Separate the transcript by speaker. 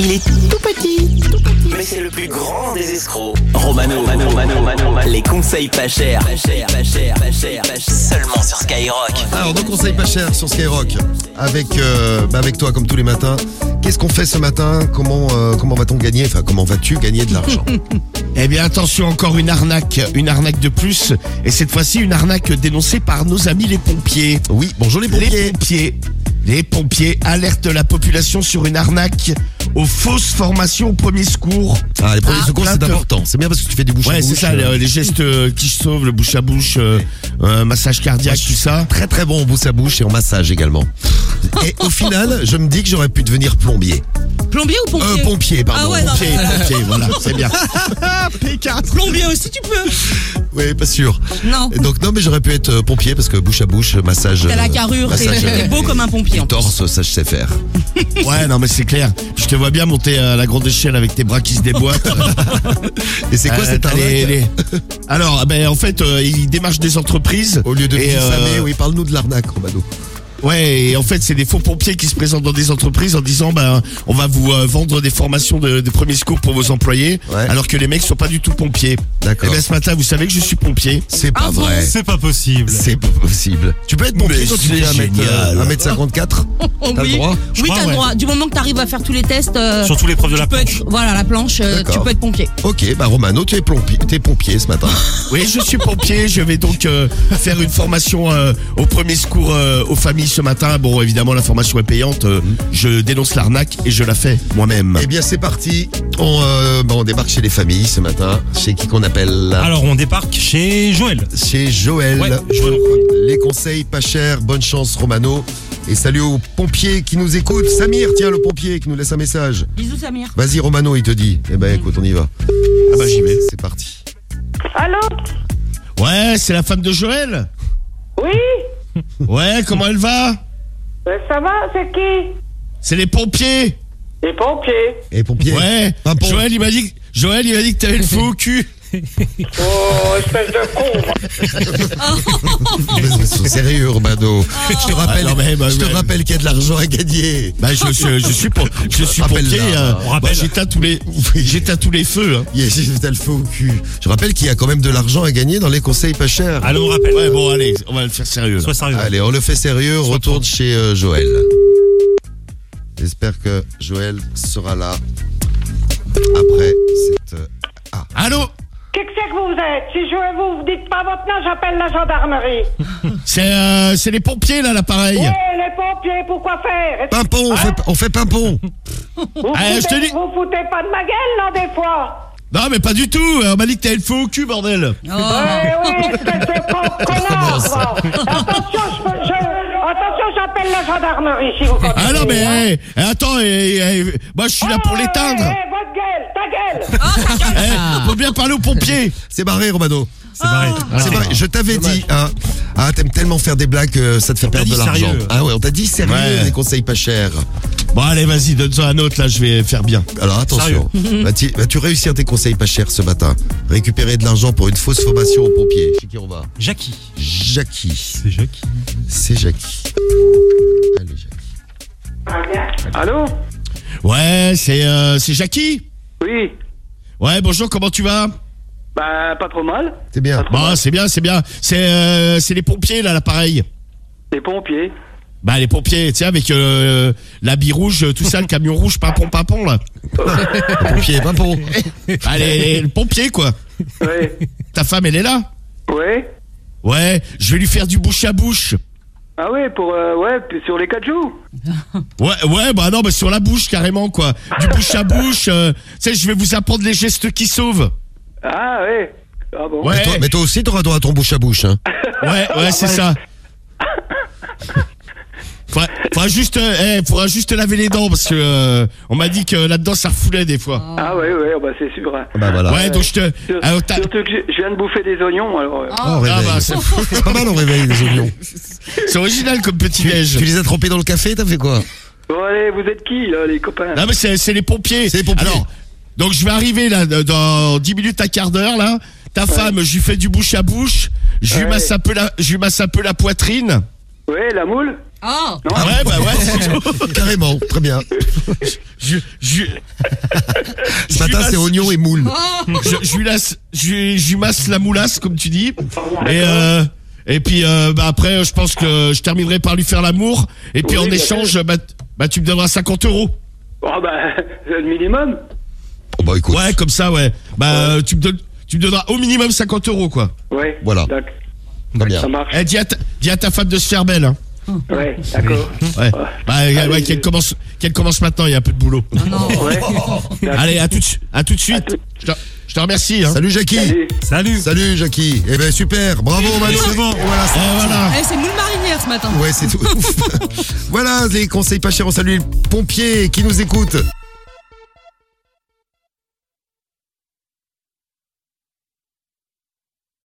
Speaker 1: Il est tout petit,
Speaker 2: mais c'est le plus grand des escrocs. Romano, Romano, Romano, Romano. les conseils pas chers, pas chers, pas chers, pas chers, pas chers. seulement sur Skyrock.
Speaker 3: Alors, nos conseils pas chers sur Skyrock, avec, euh, bah, avec toi comme tous les matins. Qu'est-ce qu'on fait ce matin Comment, euh, comment va-t-on gagner Enfin, comment vas-tu gagner de l'argent
Speaker 4: Eh bien attention, encore une arnaque, une arnaque de plus, et cette fois-ci une arnaque dénoncée par nos amis les pompiers.
Speaker 3: Oui, bonjour les pompiers.
Speaker 4: Les pompiers, les pompiers alertent la population sur une arnaque aux fausses formations au premier secours.
Speaker 3: Ah, les premiers
Speaker 4: Ah,
Speaker 3: secours,
Speaker 4: plein
Speaker 3: c'est
Speaker 4: de-
Speaker 3: important. C'est bien parce que tu fais des bouches
Speaker 4: Ouais, c'est ça, le- les gestes euh, qui sauvent, le bouche à bouche, euh, euh, massage cardiaque, tout ça.
Speaker 3: Très très bon en bouche à bouche et en massage également. Et au final, je me dis que j'aurais pu devenir plombier.
Speaker 5: Plombier ou
Speaker 3: Euh,
Speaker 5: pompier
Speaker 3: pompier, pardon.
Speaker 5: Ah ouais, non.
Speaker 3: pompier, pompier, voilà, c'est bien.
Speaker 5: Plombier aussi, tu
Speaker 3: Euh,
Speaker 5: peux.
Speaker 3: Oui, pas sûr.
Speaker 5: Non.
Speaker 3: Et Donc non, mais j'aurais pu être euh, pompier parce que bouche à bouche, massage.
Speaker 5: T'as la
Speaker 3: euh,
Speaker 5: carrure, t'es-
Speaker 3: massage,
Speaker 5: t'es
Speaker 3: euh,
Speaker 5: beau comme un pompier. hein.
Speaker 3: du
Speaker 5: en plus.
Speaker 3: torse, ça je sais faire.
Speaker 4: Ouais, non mais c'est clair. Je te vois bien monter à la grande échelle avec tes bras qui se déboîtent.
Speaker 3: Et c'est quoi
Speaker 4: Euh,
Speaker 3: cette
Speaker 4: t'as
Speaker 3: arnaque
Speaker 4: les- les- Alors, ben en fait, euh, ils démarchent des entreprises.
Speaker 3: Au lieu de
Speaker 4: Et, euh,
Speaker 3: diffamer, oui, parle-nous de l'arnaque, Romano.
Speaker 4: Ouais, et en fait, c'est des faux pompiers qui se présentent dans des entreprises en disant, ben, on va vous euh, vendre des formations de, de premiers secours pour vos employés,
Speaker 3: Ouais.
Speaker 4: alors que les mecs sont pas du tout pompiers.
Speaker 3: D'accord.
Speaker 4: Et ben, ce matin, vous savez que je suis pompier.
Speaker 3: C'est pas vrai.
Speaker 6: C'est pas possible.
Speaker 3: C'est pas possible. Tu peux être pompier
Speaker 4: Mais
Speaker 3: quand tu
Speaker 4: c'est
Speaker 3: fais 1m, euh,
Speaker 4: génial.
Speaker 3: 1m54
Speaker 5: Oh,
Speaker 3: T'as le
Speaker 5: oui.
Speaker 3: droit
Speaker 6: Je
Speaker 5: Oui,
Speaker 6: crois,
Speaker 5: t'as le
Speaker 6: ouais.
Speaker 5: droit. Du moment que t'arrives à faire tous les tests, euh,
Speaker 6: Surtout l'épreuve de la
Speaker 5: tu peux
Speaker 6: planche.
Speaker 5: être, voilà, la planche, euh,
Speaker 3: D'accord.
Speaker 5: tu peux être pompier.
Speaker 3: Ok, bah Romano, tu es pompier, t'es pompier ce matin.
Speaker 4: Oui, je suis pompier. Je vais donc euh, faire une formation euh, au premier secours euh, aux familles ce matin. Bon, évidemment, la formation est payante. euh, Je dénonce l'arnaque et je la fais moi-même.
Speaker 3: Eh bien, c'est parti. On, euh, bah, on débarque chez les familles ce matin. Chez qui qu'on appelle là
Speaker 6: Alors on débarque chez Joël.
Speaker 3: Chez Joël.
Speaker 6: Ouais,
Speaker 5: Ah.
Speaker 6: Joël.
Speaker 3: Les conseils pas chers. Bonne chance, Romano. Et salut aux pompiers qui nous écoutent. Samir, tiens, le pompier qui nous laisse un message.
Speaker 5: Bisous, Samir.
Speaker 3: Vas-y, Romano, il te dit. Eh ben, écoute, on y va.
Speaker 4: Ah bah j'y vais.
Speaker 3: C'est parti.
Speaker 7: Allô
Speaker 4: Ouais, c'est la femme de Joël.
Speaker 7: Oui
Speaker 4: Ouais, comment elle va
Speaker 7: Euh, Ça va, c'est qui
Speaker 4: C'est les pompiers.
Speaker 7: Les pompiers.
Speaker 3: Et Eh, pompier.
Speaker 4: Ouais.
Speaker 3: Un pont.
Speaker 4: Joël, il m'a dit, que- Joël, il m'a dit que t'avais le feu au cul.
Speaker 7: Oh, espèce de con moi.
Speaker 3: Mais c'est Sérieux, Romano. Je te rappelle,
Speaker 4: Ah, non, mais, bah,
Speaker 3: je te
Speaker 4: mais-
Speaker 3: rappelle qu'il y a de l'argent à gagner.
Speaker 4: Bah, je, je, je suis pour, je suis
Speaker 3: Rappelle
Speaker 4: pompier.
Speaker 3: là,
Speaker 4: euh,
Speaker 3: on
Speaker 4: bah,
Speaker 6: rappelle.
Speaker 4: j'éteins tous les, j'éteins tous les feux. hein.
Speaker 3: Il y a- T'as le feu au cul. Je rappelle qu'il y a quand même de l'argent à gagner dans les conseils pas chers.
Speaker 4: Ah,
Speaker 6: Allô, on rappelle.
Speaker 4: Ouais, bon, allez, on va le faire sérieux.
Speaker 6: Sois sérieux.
Speaker 3: Allez, on le fait sérieux, on retourne chez euh, Joël. J'espère que Joël sera là après cette... euh, Ah,
Speaker 4: Allô,
Speaker 7: Qu'est-ce que c'est que vous êtes Si je vous, vous dites pas votre nom, j'appelle la gendarmerie.
Speaker 4: c'est, euh, c'est les pompiers là, l'appareil.
Speaker 7: Eh, les pompiers, pourquoi faire
Speaker 3: pimpon, on fait, on fait pimpon
Speaker 7: vous,
Speaker 4: Ah, je
Speaker 7: foutez,
Speaker 4: te dis-
Speaker 7: vous foutez pas de ma gueule, là, des fois
Speaker 4: Non, mais pas du tout. hein. On m'a dit que t'avais le feu au cul, bordel.
Speaker 5: Oh.
Speaker 4: Ah.
Speaker 7: Eh oui, espèce de con, connard, moi. Attention, je, peux- je- attention, j'appelle la gendarmerie, si vous continuez.
Speaker 4: Ah non, mais
Speaker 7: hein.
Speaker 4: hey, hey, attends, hey, hey, moi je suis là pour
Speaker 7: Eh,
Speaker 4: l'éteindre.
Speaker 7: eh, eh, votre gueule, ta gueule
Speaker 4: Hey, faut bien parler aux pompiers.
Speaker 3: C'est barré, Romano.
Speaker 6: C'est pareil.
Speaker 3: C'est barré. Je t'avais dit, hein. Ah, t'aimes tellement faire des blagues que ça te fait
Speaker 6: t'a
Speaker 3: perdre de
Speaker 6: dit
Speaker 3: l'argent.
Speaker 6: sérieux.
Speaker 3: Ah ouais, on t'a dit sérieux,
Speaker 4: Ouais.
Speaker 3: les conseils pas chers.
Speaker 4: Bon, allez, vas-y, donne-en un autre là, je vais faire bien.
Speaker 3: Alors attention, vas-tu vas-tu réussir tes conseils pas chers ce matin Récupérer de l'argent pour une fausse formation aux pompiers. Chez qui on va
Speaker 6: Jackie.
Speaker 3: Jackie.
Speaker 6: C'est Jackie.
Speaker 3: C'est Jackie. Allez, Jackie.
Speaker 7: Allô
Speaker 4: Ouais, c'est, euh, c'est Jackie.
Speaker 7: Oui
Speaker 4: Ouais, bonjour, comment tu vas
Speaker 7: Bah, pas trop mal.
Speaker 3: C'est bien.
Speaker 4: Bon, c'est bien, c'est bien. C'est, euh, c'est les pompiers là, l'appareil.
Speaker 7: Les pompiers.
Speaker 4: Bah les pompiers, tu sais, avec euh, l'habit rouge, euh, tout ça, le camion rouge, pimpon, pimpon, là.
Speaker 3: Pompier, pimpon.
Speaker 4: Allez, les, le pompier, quoi.
Speaker 7: Oui.
Speaker 4: Ta femme, elle est là
Speaker 7: Oui.
Speaker 4: Ouais, je vais lui faire du bouche à bouche.
Speaker 7: Ah oui, pour euh, ouais, puis sur les quatre jours.
Speaker 4: Ouais, ouais, bah non, bah sur la bouche, carrément, quoi. Du bouche à bouche, euh, tu sais, je vais vous apprendre les gestes qui sauvent.
Speaker 7: Ah ouais. Ah bon.
Speaker 4: Ouais,
Speaker 3: Mais, toi, mais toi aussi, t'auras droit à ton bouche à bouche. Hein.
Speaker 4: ouais, ouais, c'est ça. Faudra, faudra juste, euh, eh, faudra juste laver les dents, parce que euh, on m'a dit que là-dedans, ça refoulait des fois.
Speaker 7: Ah ouais, ouais, bah c'est sûr. hein.
Speaker 3: Bah voilà.
Speaker 4: ouais, donc je te...
Speaker 7: Sur-
Speaker 4: alors, t'as-
Speaker 7: surtout que je, je viens de bouffer des oignons, alors. euh.
Speaker 3: Oh, réveil.
Speaker 4: Ah, bah, c'est
Speaker 3: c'est pas mal, on réveille les oignons.
Speaker 4: c'est original comme
Speaker 3: Tu,
Speaker 4: petit-déj.
Speaker 3: tu les as trempés dans le café, t'as fait quoi
Speaker 7: Bon allez, vous êtes qui là, les copains
Speaker 4: Non mais c'est c'est les pompiers.
Speaker 3: C'est les pompiers.
Speaker 4: Alors, donc je vais arriver là de- dans 10 minutes à quart d'heure là. Ta femme, je lui fais du bouche à bouche. Je lui
Speaker 7: Ouais.
Speaker 4: masse un peu la, je lui masse un peu la poitrine.
Speaker 8: Ouais, la moule
Speaker 5: Oh
Speaker 4: Ah ouais, bah ouais.
Speaker 3: Carrément, très bien.
Speaker 4: je, je,
Speaker 3: Ce matin, c'est oignon et moule.
Speaker 4: je, je, lui lasse, je, lui- je lui masse la moulasse, comme tu dis. Et, euh, et puis euh, bah après, je pense que je terminerai par lui faire l'amour. Et puis
Speaker 8: Oui,
Speaker 4: en
Speaker 8: bien
Speaker 4: échange, bah, t- bah, tu me donneras 50 euros.
Speaker 8: Oh bah, c'est le minimum.
Speaker 3: Bon, bah écoute,
Speaker 4: Ouais, comme ça, ouais. Bah euh, tu me donnes, tu me donneras au minimum 50 euros, quoi.
Speaker 8: Ouais.
Speaker 3: Voilà.
Speaker 8: D'accord.
Speaker 3: très bien.
Speaker 8: Ça marche.
Speaker 4: Eh, dis à ta, dis à ta femme de se faire belle. Hein.
Speaker 8: Ouais, d'accord.
Speaker 4: Ouais. Bah, euh,
Speaker 8: Allez,
Speaker 4: ouais,
Speaker 8: je-
Speaker 4: qu'elle commence, qu'elle commence maintenant. Il y a un peu de boulot.
Speaker 8: Ouais. D'accord.
Speaker 4: Allez, à tout, de su- à tout de suite.
Speaker 8: tout.
Speaker 4: Je te, je te remercie. Hein.
Speaker 3: Salut Jackie.
Speaker 8: Allez.
Speaker 6: Salut.
Speaker 3: Salut Jackie. Eh ben super, bravo Manon.
Speaker 6: C'est bon.
Speaker 3: Voilà,
Speaker 4: Et
Speaker 3: c'est-
Speaker 4: voilà.
Speaker 5: Eh, c'est moule marinière ce matin.
Speaker 3: Ouais, c'est tout. voilà les conseils pas chers. On salue les pompiers qui nous écoutent.